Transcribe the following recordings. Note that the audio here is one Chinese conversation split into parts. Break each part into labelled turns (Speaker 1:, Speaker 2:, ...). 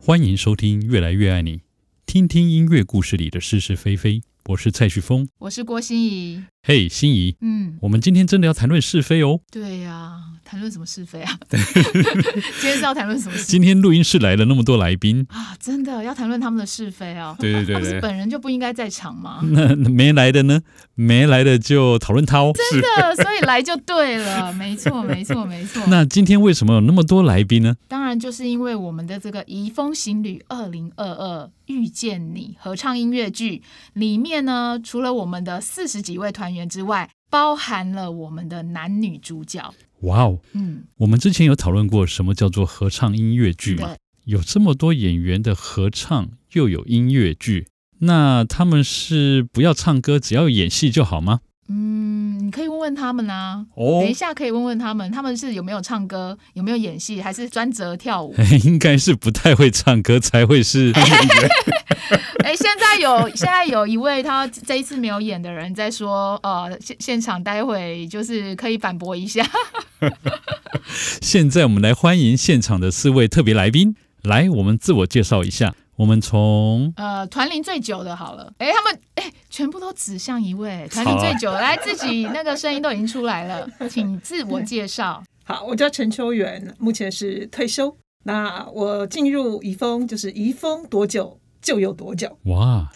Speaker 1: 欢迎收听《越来越爱你》，听听音乐故事里的是是非非。我是蔡旭峰，
Speaker 2: 我是郭心怡。
Speaker 1: 嘿，心怡，
Speaker 2: 嗯，
Speaker 1: 我们今天真的要谈论是非哦。
Speaker 2: 对呀、谈论什么是非啊？ 今天是要谈论什么是
Speaker 1: 今天录音室来了那么多来宾，
Speaker 2: 啊？真的要谈论他们的是非哦。
Speaker 1: 对
Speaker 2: 他
Speaker 1: 对
Speaker 2: 不是
Speaker 1: 对嗯 对，
Speaker 2: 本人就不应该在场吗？
Speaker 1: 那那没来的呢？没来的就讨论他哦。
Speaker 2: 真的，所以来就对了，没错，没错，没错。
Speaker 1: 那今天为什么有那么多来宾呢？
Speaker 2: 当然就是因为我们的这个《移风行旅二零二二遇见你》合唱音乐剧里面呢，除了我们的四十几位团员之外，包含了我们的男女主角。
Speaker 1: 哇哦，
Speaker 2: 嗯，
Speaker 1: 我们之前有讨论过什么叫做合唱音乐剧嘛
Speaker 2: 对？
Speaker 1: 有这么多演员的合唱，又有音乐剧，那他们是不要唱歌，只要演戏就好吗？
Speaker 2: 嗯，你可以问问他们啊。
Speaker 1: 哦
Speaker 2: 等一下可以问问他们，他们是有没有唱歌，有没有演戏，还是专责 跳舞？
Speaker 1: 应该是不太会唱歌才会 是
Speaker 2: 哎，现在有现在有一位他这一次没有演的人在说，呃，现现场待会就是可以反驳一下。
Speaker 1: 现在我们来欢迎现场的四位特别来宾，来，我们自我介绍一下。我们从
Speaker 2: 呃，团龄最久的好了，哎，他们哎全部都指向一位团龄最久的，来自己那个声音都已经出来了，请自我介绍。
Speaker 3: 好，我叫陈秋元，目前是退休。那我进入怡丰，就是怡丰多久就有多久，
Speaker 1: 哇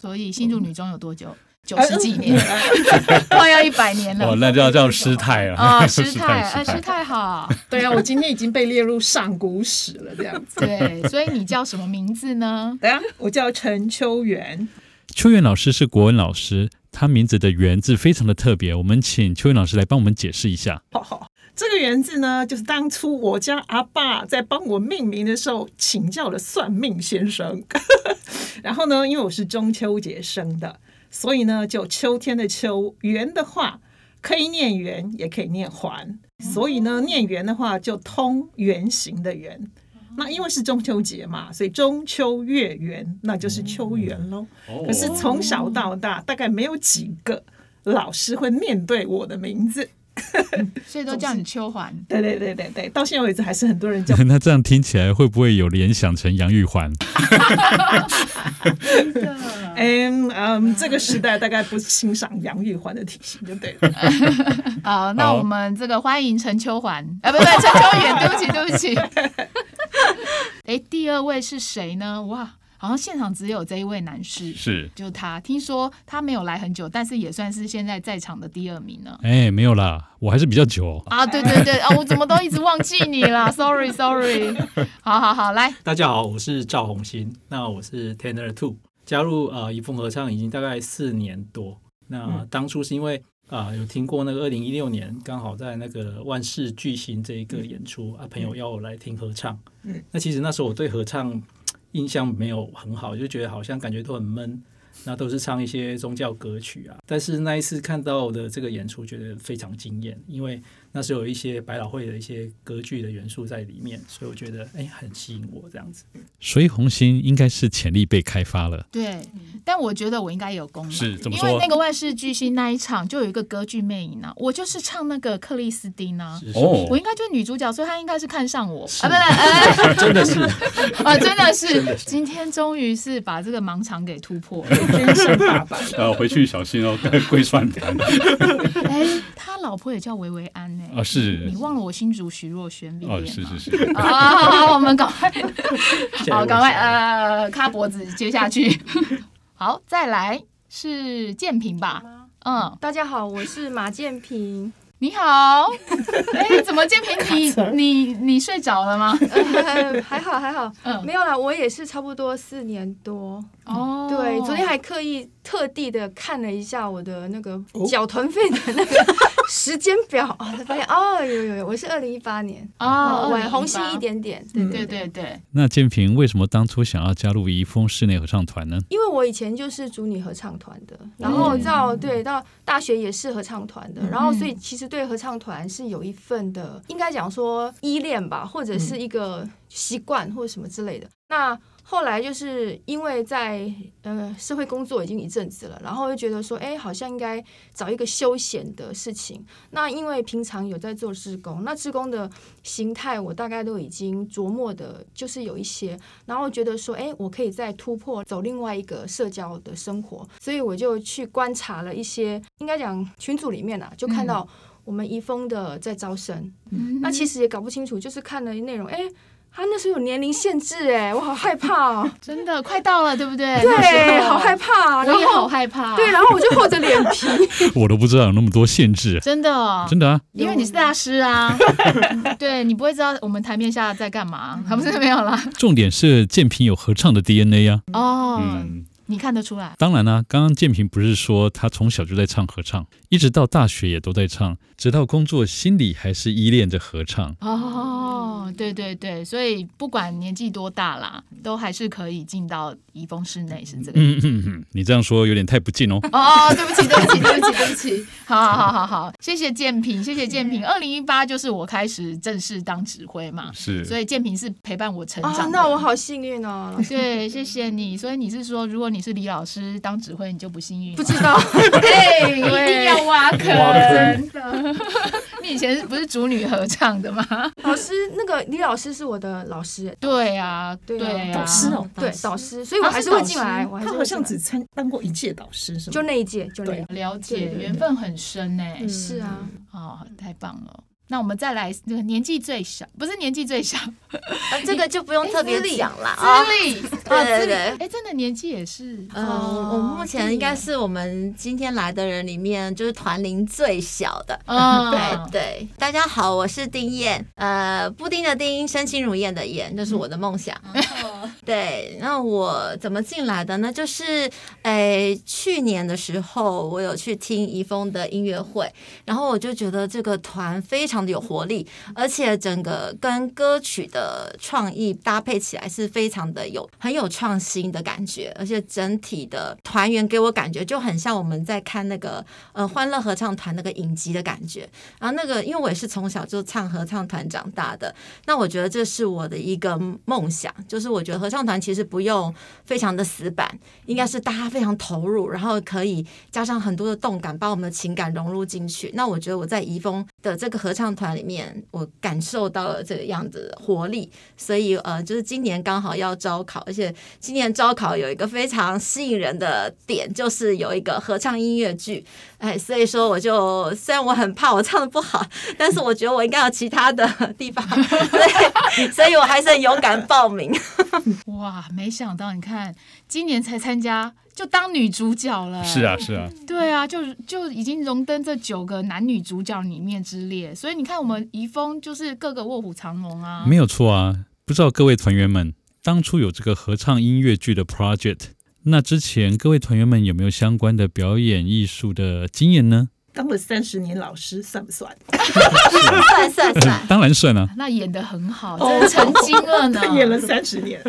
Speaker 2: 所以新竹女中有多久？九十几 年，
Speaker 3: 嗯哎
Speaker 2: 快要一百年了。
Speaker 1: 哦那叫叫师太了
Speaker 2: 啊，师太，哎，师太好。
Speaker 3: 对啊，我今天已经被列入上古史了，这样子。
Speaker 2: 对，所以你叫什么名字呢？
Speaker 3: 等一下，我叫陈秋元，
Speaker 1: 秋元老师是国文老师，他名字的“元”字非常的特别，我们请秋元老师来帮我们解释一下。
Speaker 3: 这个元字呢，就是当初我家阿爸在帮我命名的时候，请教了算命先生。 然后呢，因为我是中秋节生的，所以呢，就秋天的秋，元的话可以念元，也可以念还。所以呢，念元的话就通圆形的圆。那因为是中秋节嘛，所以中秋月圆，那就是秋元喽。可是从小到大，大概没有几个老师会面对我的名字。
Speaker 2: 所以都叫你秋 环。
Speaker 3: 对对对对对，到现在为止还是很多人叫
Speaker 1: 那这样听起来会不会有联想成杨玉环？
Speaker 3: 嗯嗯，这个时代大概不欣赏杨玉环的体型就对了。
Speaker 2: 好，那我们这个欢迎陈秋环，啊，不对， 陈秋远，对不起，对不起。 哎，第二位是谁呢？哇，好像现场只有这一位男士，
Speaker 1: 是，
Speaker 2: 就他。听说他没有来很久，但是也算是现在在场的第二名了。
Speaker 1: 哎，没有啦，我还是比较久、哦
Speaker 2: 啊，对对对，啊，我怎么都一直忘记你 啦 s o r r y s o r r y 好好好，来，
Speaker 4: 大家好，我是赵红星，那我是 Tenor Two，加入呃一凤合唱已经大概四年多。那当初是因为啊、呃有听过那个二零一六年刚好在那个万事巨星这一个演出、啊，朋友邀我来听合唱。
Speaker 3: 嗯，
Speaker 4: 那其实那时候我对合唱嘖印象没有很好，就觉得好像感觉都很闷。那都是唱一些宗教歌曲啊，但是那一次看到的这个演出，觉得非常惊艳，因为那时候有一些百老汇的一些歌剧的元素在里面，所以我觉得哎、很吸引我这样子。
Speaker 1: 所以红星应该是潜力被开发了。
Speaker 2: 对，但我觉得我应该有功劳，
Speaker 1: 是怎么
Speaker 2: 因
Speaker 1: 说
Speaker 2: 为那个万事巨星那一场就有一个歌剧魅影啊，我就是唱那个克里斯汀啊，
Speaker 4: 是
Speaker 1: 哦
Speaker 2: 我应该就是女主角，所以她应该是看上我
Speaker 4: 是
Speaker 2: 啊，不是，
Speaker 4: 是真的是
Speaker 2: 呃，啊，真的是，今天终于是把这个盲肠给突破了。
Speaker 3: 真是爸爸，
Speaker 1: 呃，回去小心哦， 跪算盘
Speaker 2: 哎，他老婆也叫维维安呢、
Speaker 1: 啊，是
Speaker 2: 你忘了我新竹徐若瑄 Vivian 吗
Speaker 1: 哦是，
Speaker 2: 啊，好好好，我们赶快，好，赶快
Speaker 4: 啊！
Speaker 2: 呃，卡脖子接下去。 好，再来是建平吧，嗯，
Speaker 5: 大家好，我是马 建平，
Speaker 2: 你好，哎，怎么建 平你你你睡着了吗？
Speaker 5: 呃、还好还好，
Speaker 2: 嗯
Speaker 5: 没有啦，我也是差不多四年多，
Speaker 2: 哦，
Speaker 5: 对，昨天还刻意特地的看了一下我的那个缴团费的那个 时间表，啊，才发现哦，有有有，我是二零一八年，
Speaker 2: 哦
Speaker 5: 哦，，晚
Speaker 2: 2018
Speaker 5: 红心一，点点，对
Speaker 2: 对
Speaker 5: 对
Speaker 2: 对对。
Speaker 1: 那建平为什么当初想要加入怡丰室内合唱团呢？
Speaker 5: 因为我以前就是主女合唱团的，然后到、对到大学也是合唱团的，然后所以其实对合唱团是有一份的，应该讲说依恋吧，或者是一个习惯或者什么之类的。那后来就是因为在呃社会工作已经一阵子了，然后就觉得说，哎，好像应该找一个休闲的事情。那因为平常有在做志工，那志工的形态我大概都已经琢磨的，就是有一些，然后觉得说，哎，我可以再突破，走另外一个社交的生活，所以我就去观察了一些，应该讲群组里面啊，就看到
Speaker 3: 嗯
Speaker 5: 我们怡丰的在招生，那其
Speaker 2: 实
Speaker 5: 实也搞不清楚，就是看了内容，哎，他那时候有年龄限制，哎，我好害怕 哦，
Speaker 2: 真的快到了，对不对？
Speaker 5: 对，好害
Speaker 2: 怕，
Speaker 5: 怕啊，
Speaker 2: 我
Speaker 5: 然
Speaker 2: 也好
Speaker 5: 后
Speaker 2: 害怕，
Speaker 5: 对，，然后我就厚着脸 皮，
Speaker 1: 我都不知道有那么多限制，
Speaker 2: 真的，
Speaker 1: 真的啊，
Speaker 2: 因为你是大师 啊，对你不会知道我们台面下在干
Speaker 5: 嗯
Speaker 2: 嘛，还不是没有啦。
Speaker 1: 重点是建平有合唱的 DNA 啊，
Speaker 2: 哦，，你看得出来，
Speaker 1: 当然啦、刚刚建平不是说他从小就在唱合唱，一直到大学也都在唱，直到工作心里还是依恋着合唱。
Speaker 2: 哦，对对对，所以不管年纪多大啦，都还是可以进到怡丰室内，是这个。
Speaker 1: 嗯嗯嗯，你这样说有点太不敬哦。
Speaker 2: 哦哦，对不起，对不起，对不起，对不起。好好好好好，谢谢建平，谢谢建平。二零一八就是我开始正式当指挥嘛，
Speaker 1: 是
Speaker 2: 所以建平是陪伴我成
Speaker 5: 啊
Speaker 2: 长，的。
Speaker 5: 那我好幸运哦，
Speaker 2: 对，谢谢你。所以你是说，如果你是李老师当指挥，你就不幸运吗？
Speaker 5: 不知 道，
Speaker 2: 对，
Speaker 3: 哎
Speaker 2: 一定要挖坑。
Speaker 4: 挖
Speaker 2: 哦
Speaker 4: 坑
Speaker 2: 的，你以前不是主女合唱的吗？
Speaker 5: 老师那个李老师是我的老师，
Speaker 2: 对啊，
Speaker 5: 对啊
Speaker 2: 啊，
Speaker 3: 导师哦，
Speaker 5: 对，导师，所以我还是会进来，我还是
Speaker 3: 他
Speaker 5: 会
Speaker 3: 好像
Speaker 5: 进
Speaker 3: 只
Speaker 5: 来
Speaker 3: 参当过一届导师，是吗？
Speaker 5: 就那一届，就那一届，
Speaker 2: 了
Speaker 5: 对
Speaker 2: 解
Speaker 5: 对，对
Speaker 2: 缘分很深呢。
Speaker 3: 嗯
Speaker 5: 是啊，
Speaker 2: 哦，太棒了。那我们再来那个年纪最小，不是年纪最小，资
Speaker 6: 啊这个就不用特别讲啦啊。
Speaker 2: 历，
Speaker 6: 对对
Speaker 2: 资历
Speaker 6: 对
Speaker 2: 哎，真的年纪也是，
Speaker 6: 嗯，
Speaker 2: 哦
Speaker 6: 我目前应该，是我们今天来的人里面，就是团龄最小的。
Speaker 2: 嗯，
Speaker 6: 对对，大家好，我是丁燕，呃，布丁的丁，身轻如燕的燕，这是我的梦想。 对，那我怎么进来的呢？就是，诶，去年的时候，我有去听怡丰的音乐会，然后我就觉得这个团非常的有活力，而且整个跟歌曲的创意搭配起来是非常的有很有创新的感觉，而且整体的团员给我感觉就很像我们在看那个呃欢乐合唱团那个影集的感觉。然后那个，因为我也是从小就唱合唱团长大的，那我觉得这是我的一个梦想，就是我觉得合唱团其实不用非常的死板，应该是大家非常投入，然后可以加上很多的动感，把我们的情感融入进去。那我觉得我在怡丰的这个合唱团里面，我感受到了这个样子的活力，所以呃，就是今年刚好要招考，而且今年招考有一个非常吸引人的点，就是有一个合唱音乐剧，哎，所以说我就虽然我很怕我唱的不好，但是我觉得我应该有其他的 地方，对，所以我还是很勇敢报名。
Speaker 2: 哇，没想到，你看今年才参加就当女主角了，
Speaker 1: 是啊，是啊，
Speaker 2: 对啊，就就已经荣登这九个男女主角里面之列，所以你看我们怡丰就是各个卧虎藏龙啊，
Speaker 1: 没有错啊。不知道各位团员们当初有这个合唱音乐剧的 project，那之前各位团员们有没有相关的表演艺术的经验呢？
Speaker 3: 当了三十年老师，算不算？
Speaker 6: 算算算，
Speaker 1: 当然算啊，
Speaker 2: 那演的很好，
Speaker 3: 哦。
Speaker 2: 真的成精了呢
Speaker 3: 演了三十年，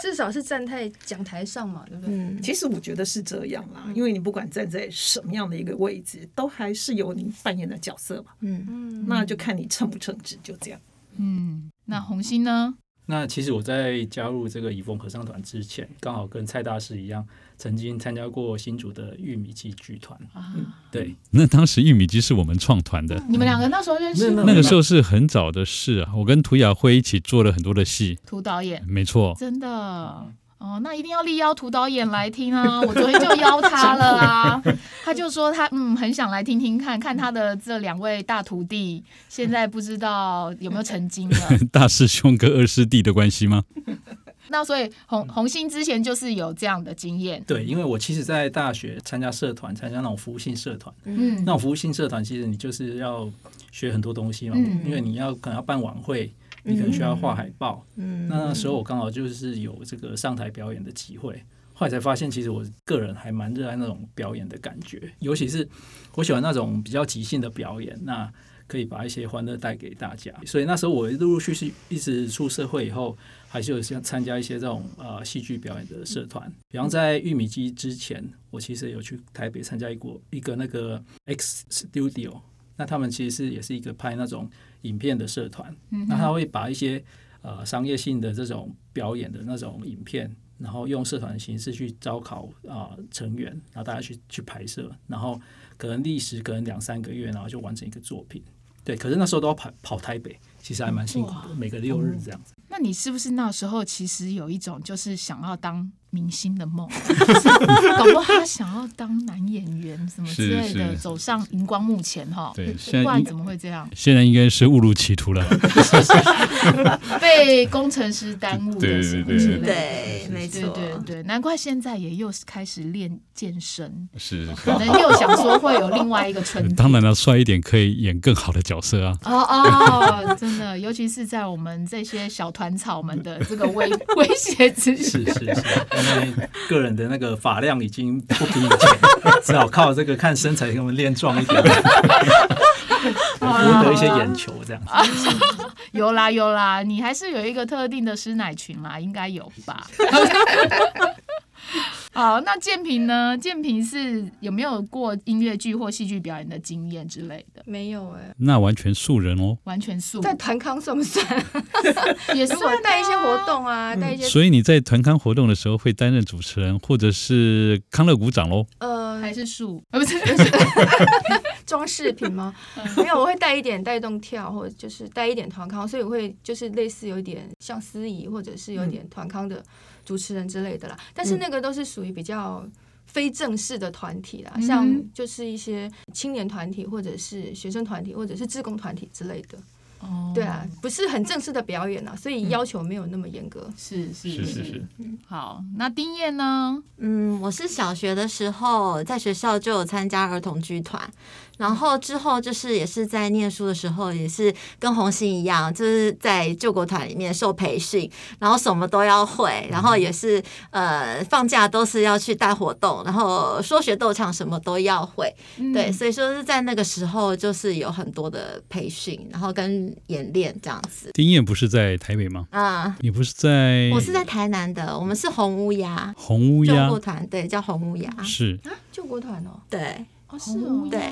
Speaker 5: 至少是站在讲台上嘛，对不对？
Speaker 6: 嗯，
Speaker 3: 其实我觉得是这样啦，因为你不管站在什么样的一个位置，都还是有你扮演的角色嘛，
Speaker 6: 嗯，
Speaker 5: 嗯，
Speaker 3: 那就看你称不称职，就这样。
Speaker 2: 嗯，那红心呢？
Speaker 4: 那其实我在加入这个怡丰合唱团之前，刚好跟蔡大师一样，曾经参加过新竹的玉米鸡剧团。嗯
Speaker 2: 啊，
Speaker 4: 对，
Speaker 1: 那当时玉米鸡是我们创团的，
Speaker 2: 你们两个那时候认识
Speaker 4: 没有
Speaker 2: 吗
Speaker 4: 没
Speaker 1: 那个
Speaker 4: 有
Speaker 1: 时候是很早的事啊。我跟涂雅慧一起做了很多的戏，
Speaker 2: 涂导演，
Speaker 1: 没错，
Speaker 2: 真的。哦，那一定要力邀涂导演来听啊！我昨天就邀他了啊， 他就说他嗯很想来听听看看他的这两位大徒弟现在不知道有没有成精了。
Speaker 1: 大师兄跟二师弟的关系吗？
Speaker 2: 那所以红
Speaker 1: 嗯
Speaker 2: 红星之前就是有这样的经验，
Speaker 4: 对，因为我其实，在大学参加社团，参加那种服务性社团。
Speaker 2: 嗯
Speaker 4: 那，种服务性社团，其实你就是要学很多东西嘛，
Speaker 2: 嗯
Speaker 4: 因为你要可能要办晚会，你可能需要画海报。
Speaker 6: 嗯
Speaker 4: 那那时候我刚好就是有这个上台表演的机会，后来才发现，其实我个人还蛮热爱那种表演的感觉，尤其是我喜欢那种比较即兴的表演，那可以把一些欢乐带给大家。所以那时候我陆陆续续一直出社会以后，还是有像参加一些这种呃戏剧表演的社团，比方在玉米鸡之前，我其实有去台北参加过一个那个 X Studio，那他们其实是也是一个拍那种影片的社团，那他会把一些呃商业性的这种表演的那种影片，然后用社团的形式去招考啊、呃成员，然后大家去去拍摄，然后可能历时可能两三个月，然后就完成一个作品。对，可是那时候都要跑跑台北，其实还蛮辛苦的，每个六日这样
Speaker 1: 哦
Speaker 4: 子。
Speaker 2: 那你是不是那时候其实有一种就是想要当明星 的梦，搞不好他想要当男演员什么之类的，
Speaker 1: 是是
Speaker 2: 走上荧光幕前哈？
Speaker 1: 对
Speaker 2: 不
Speaker 1: 现在
Speaker 2: 然
Speaker 1: 应
Speaker 2: 怎么会这样？
Speaker 1: 现在应该是误入歧途了。
Speaker 2: 被工程师耽误
Speaker 1: 对
Speaker 2: 的
Speaker 1: 对
Speaker 2: 什么
Speaker 1: 对
Speaker 2: 之类的。
Speaker 6: 对，没
Speaker 2: 对
Speaker 6: 错，
Speaker 2: 对对，难怪现在也又开始练健 身，
Speaker 1: 是是
Speaker 2: 可能又想说会有另外一个春
Speaker 1: 是，
Speaker 2: 天。
Speaker 1: 当然了，帅一点可以演更好的角色啊。
Speaker 2: 哦哦，真的，尤其是在我们这些小团草们的这个 威威胁之
Speaker 4: 是
Speaker 2: 下，
Speaker 4: 是是，因为个人的那个发量已经不比以 前，只好靠这个看身材给我们练壮一点， 赢得一些眼球这样子。
Speaker 2: 有啦有啦，你还是有一个特定的师奶群啦，应该有 吧？好，那建平呢？建平是有没有过音乐剧或戏剧表演的经验之类的？
Speaker 5: 没有哎、
Speaker 1: 那完全素人哦。
Speaker 2: 完全素，
Speaker 5: 在团康算不 算？
Speaker 2: 也
Speaker 5: 如果
Speaker 2: 算
Speaker 5: 带一些
Speaker 2: 啊
Speaker 5: 活动啊，带一些
Speaker 1: 所以你在团刊活动的时候会担任主持人或者是康乐鼓掌喽。
Speaker 5: 呃
Speaker 2: 还是素？呃，不是，
Speaker 5: 装饰品吗？没有，我会带一点带动跳，或者就是带一点团康，所以我会就是类似有一点像司仪，或者是有点团康的主持人之类的啦。但是那个都是属于比较非正式的团体啦，
Speaker 2: 嗯哼
Speaker 5: 像就是一些青年团体，或者是学生团体，或者是志工团体之类的。
Speaker 2: 哦嗯
Speaker 5: 对啊，，不是很正式的表演啊，所以要求没有那么严格。
Speaker 2: 是
Speaker 1: 是
Speaker 2: 是
Speaker 1: 是是，
Speaker 2: 好，那丁燕呢？
Speaker 6: 嗯，我是小学的时候在学校就有参加儿童剧团，然后之后就是也是在念书的时候，也是跟红星一样，就是在救国团里面受培训，然后什么都要会，然后也是呃放假都是要去带活动，然后说学逗唱什么都要会，对，所以说是在那个时候就是有很多的培训，然后跟演练这样子
Speaker 1: 丁燕不是在台北吗？
Speaker 6: 啊。
Speaker 1: 你不是在？
Speaker 6: 我是在台南的，我们是红乌鸦
Speaker 1: 红嗯乌
Speaker 6: 救
Speaker 1: 鸦
Speaker 6: 护。团，对，叫红乌鸦，
Speaker 1: 是
Speaker 5: 啊，救国团哦，
Speaker 6: 对。
Speaker 5: 哦是
Speaker 2: 红
Speaker 5: 哦，
Speaker 2: 乌鸦
Speaker 6: 对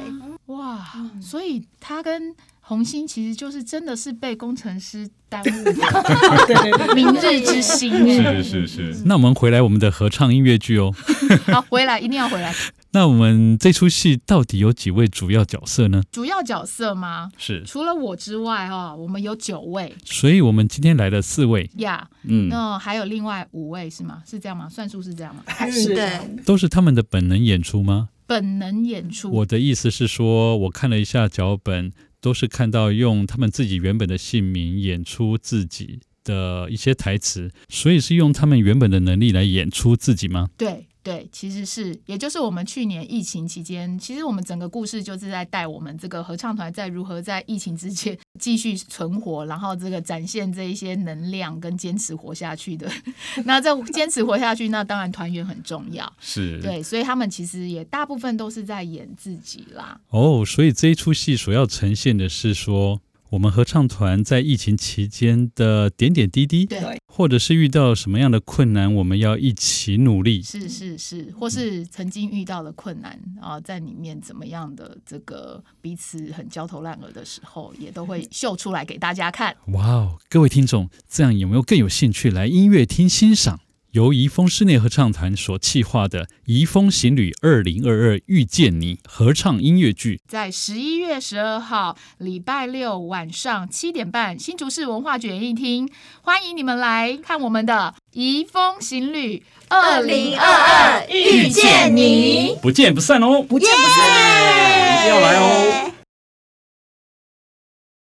Speaker 2: 哇，所以他跟红星其实就是真的是被工程师耽误的
Speaker 3: 对对对，
Speaker 2: 明日之星哎。
Speaker 1: 是 是。那我们回来我们的合唱音乐剧哦。
Speaker 2: 好，回来一定要回来。
Speaker 1: 那我们这出戏到底有几位主要角色呢？
Speaker 2: 主要角色吗？
Speaker 1: 是，
Speaker 2: 除了我之外哈、我们有九位
Speaker 1: 所以我们今天来了四位，
Speaker 2: 呀
Speaker 1: 嗯，
Speaker 2: 那还有另外五位是吗？是这样吗？算数是这样吗？
Speaker 3: 是
Speaker 6: 对，
Speaker 1: 都是他们的本能演出吗？
Speaker 2: 本能演出，
Speaker 1: 我的意思是说，我看了一下脚本，都是看到用他们自己原本的姓名演出自己的一些台词，所以是用他们原本的能力来演出自己吗？
Speaker 2: 对对，其实是，也就是我们去年疫情期间，其实我们整个故事就是在带我们这个合唱团在如何在疫情之间 继续存活，然后这个展现这一些能量跟坚持活下去的。 那在坚持活下去，那当然团员很重要，
Speaker 1: 是，
Speaker 2: 对，所以他们其实也大部分都是在演自己啦。
Speaker 1: 哦，所以这一出戏所要呈现的是说，我们合唱团在疫情期间的点点滴滴，
Speaker 2: 对，
Speaker 1: 或者是遇到什么样的困难，我们要一起努力。
Speaker 2: 是是是，或是曾经遇到的困难啊，在里面怎么样的这个彼此很焦头烂额的时候，也都会秀出来给大家看。
Speaker 1: 哇哦，各位听众，这样有没有更有兴趣来音乐厅欣赏由怡丰室内合唱团所企划的《怡丰行旅二零二二遇见你》合唱音乐剧？
Speaker 2: 在十一月十二号礼拜六晚上七点半，新竹市文化局演艺厅，欢迎你们来看我们的《移风行旅二零二二遇见你》。
Speaker 1: 不见不散哦！
Speaker 3: 不见不散。
Speaker 4: 嗯一定要来哦！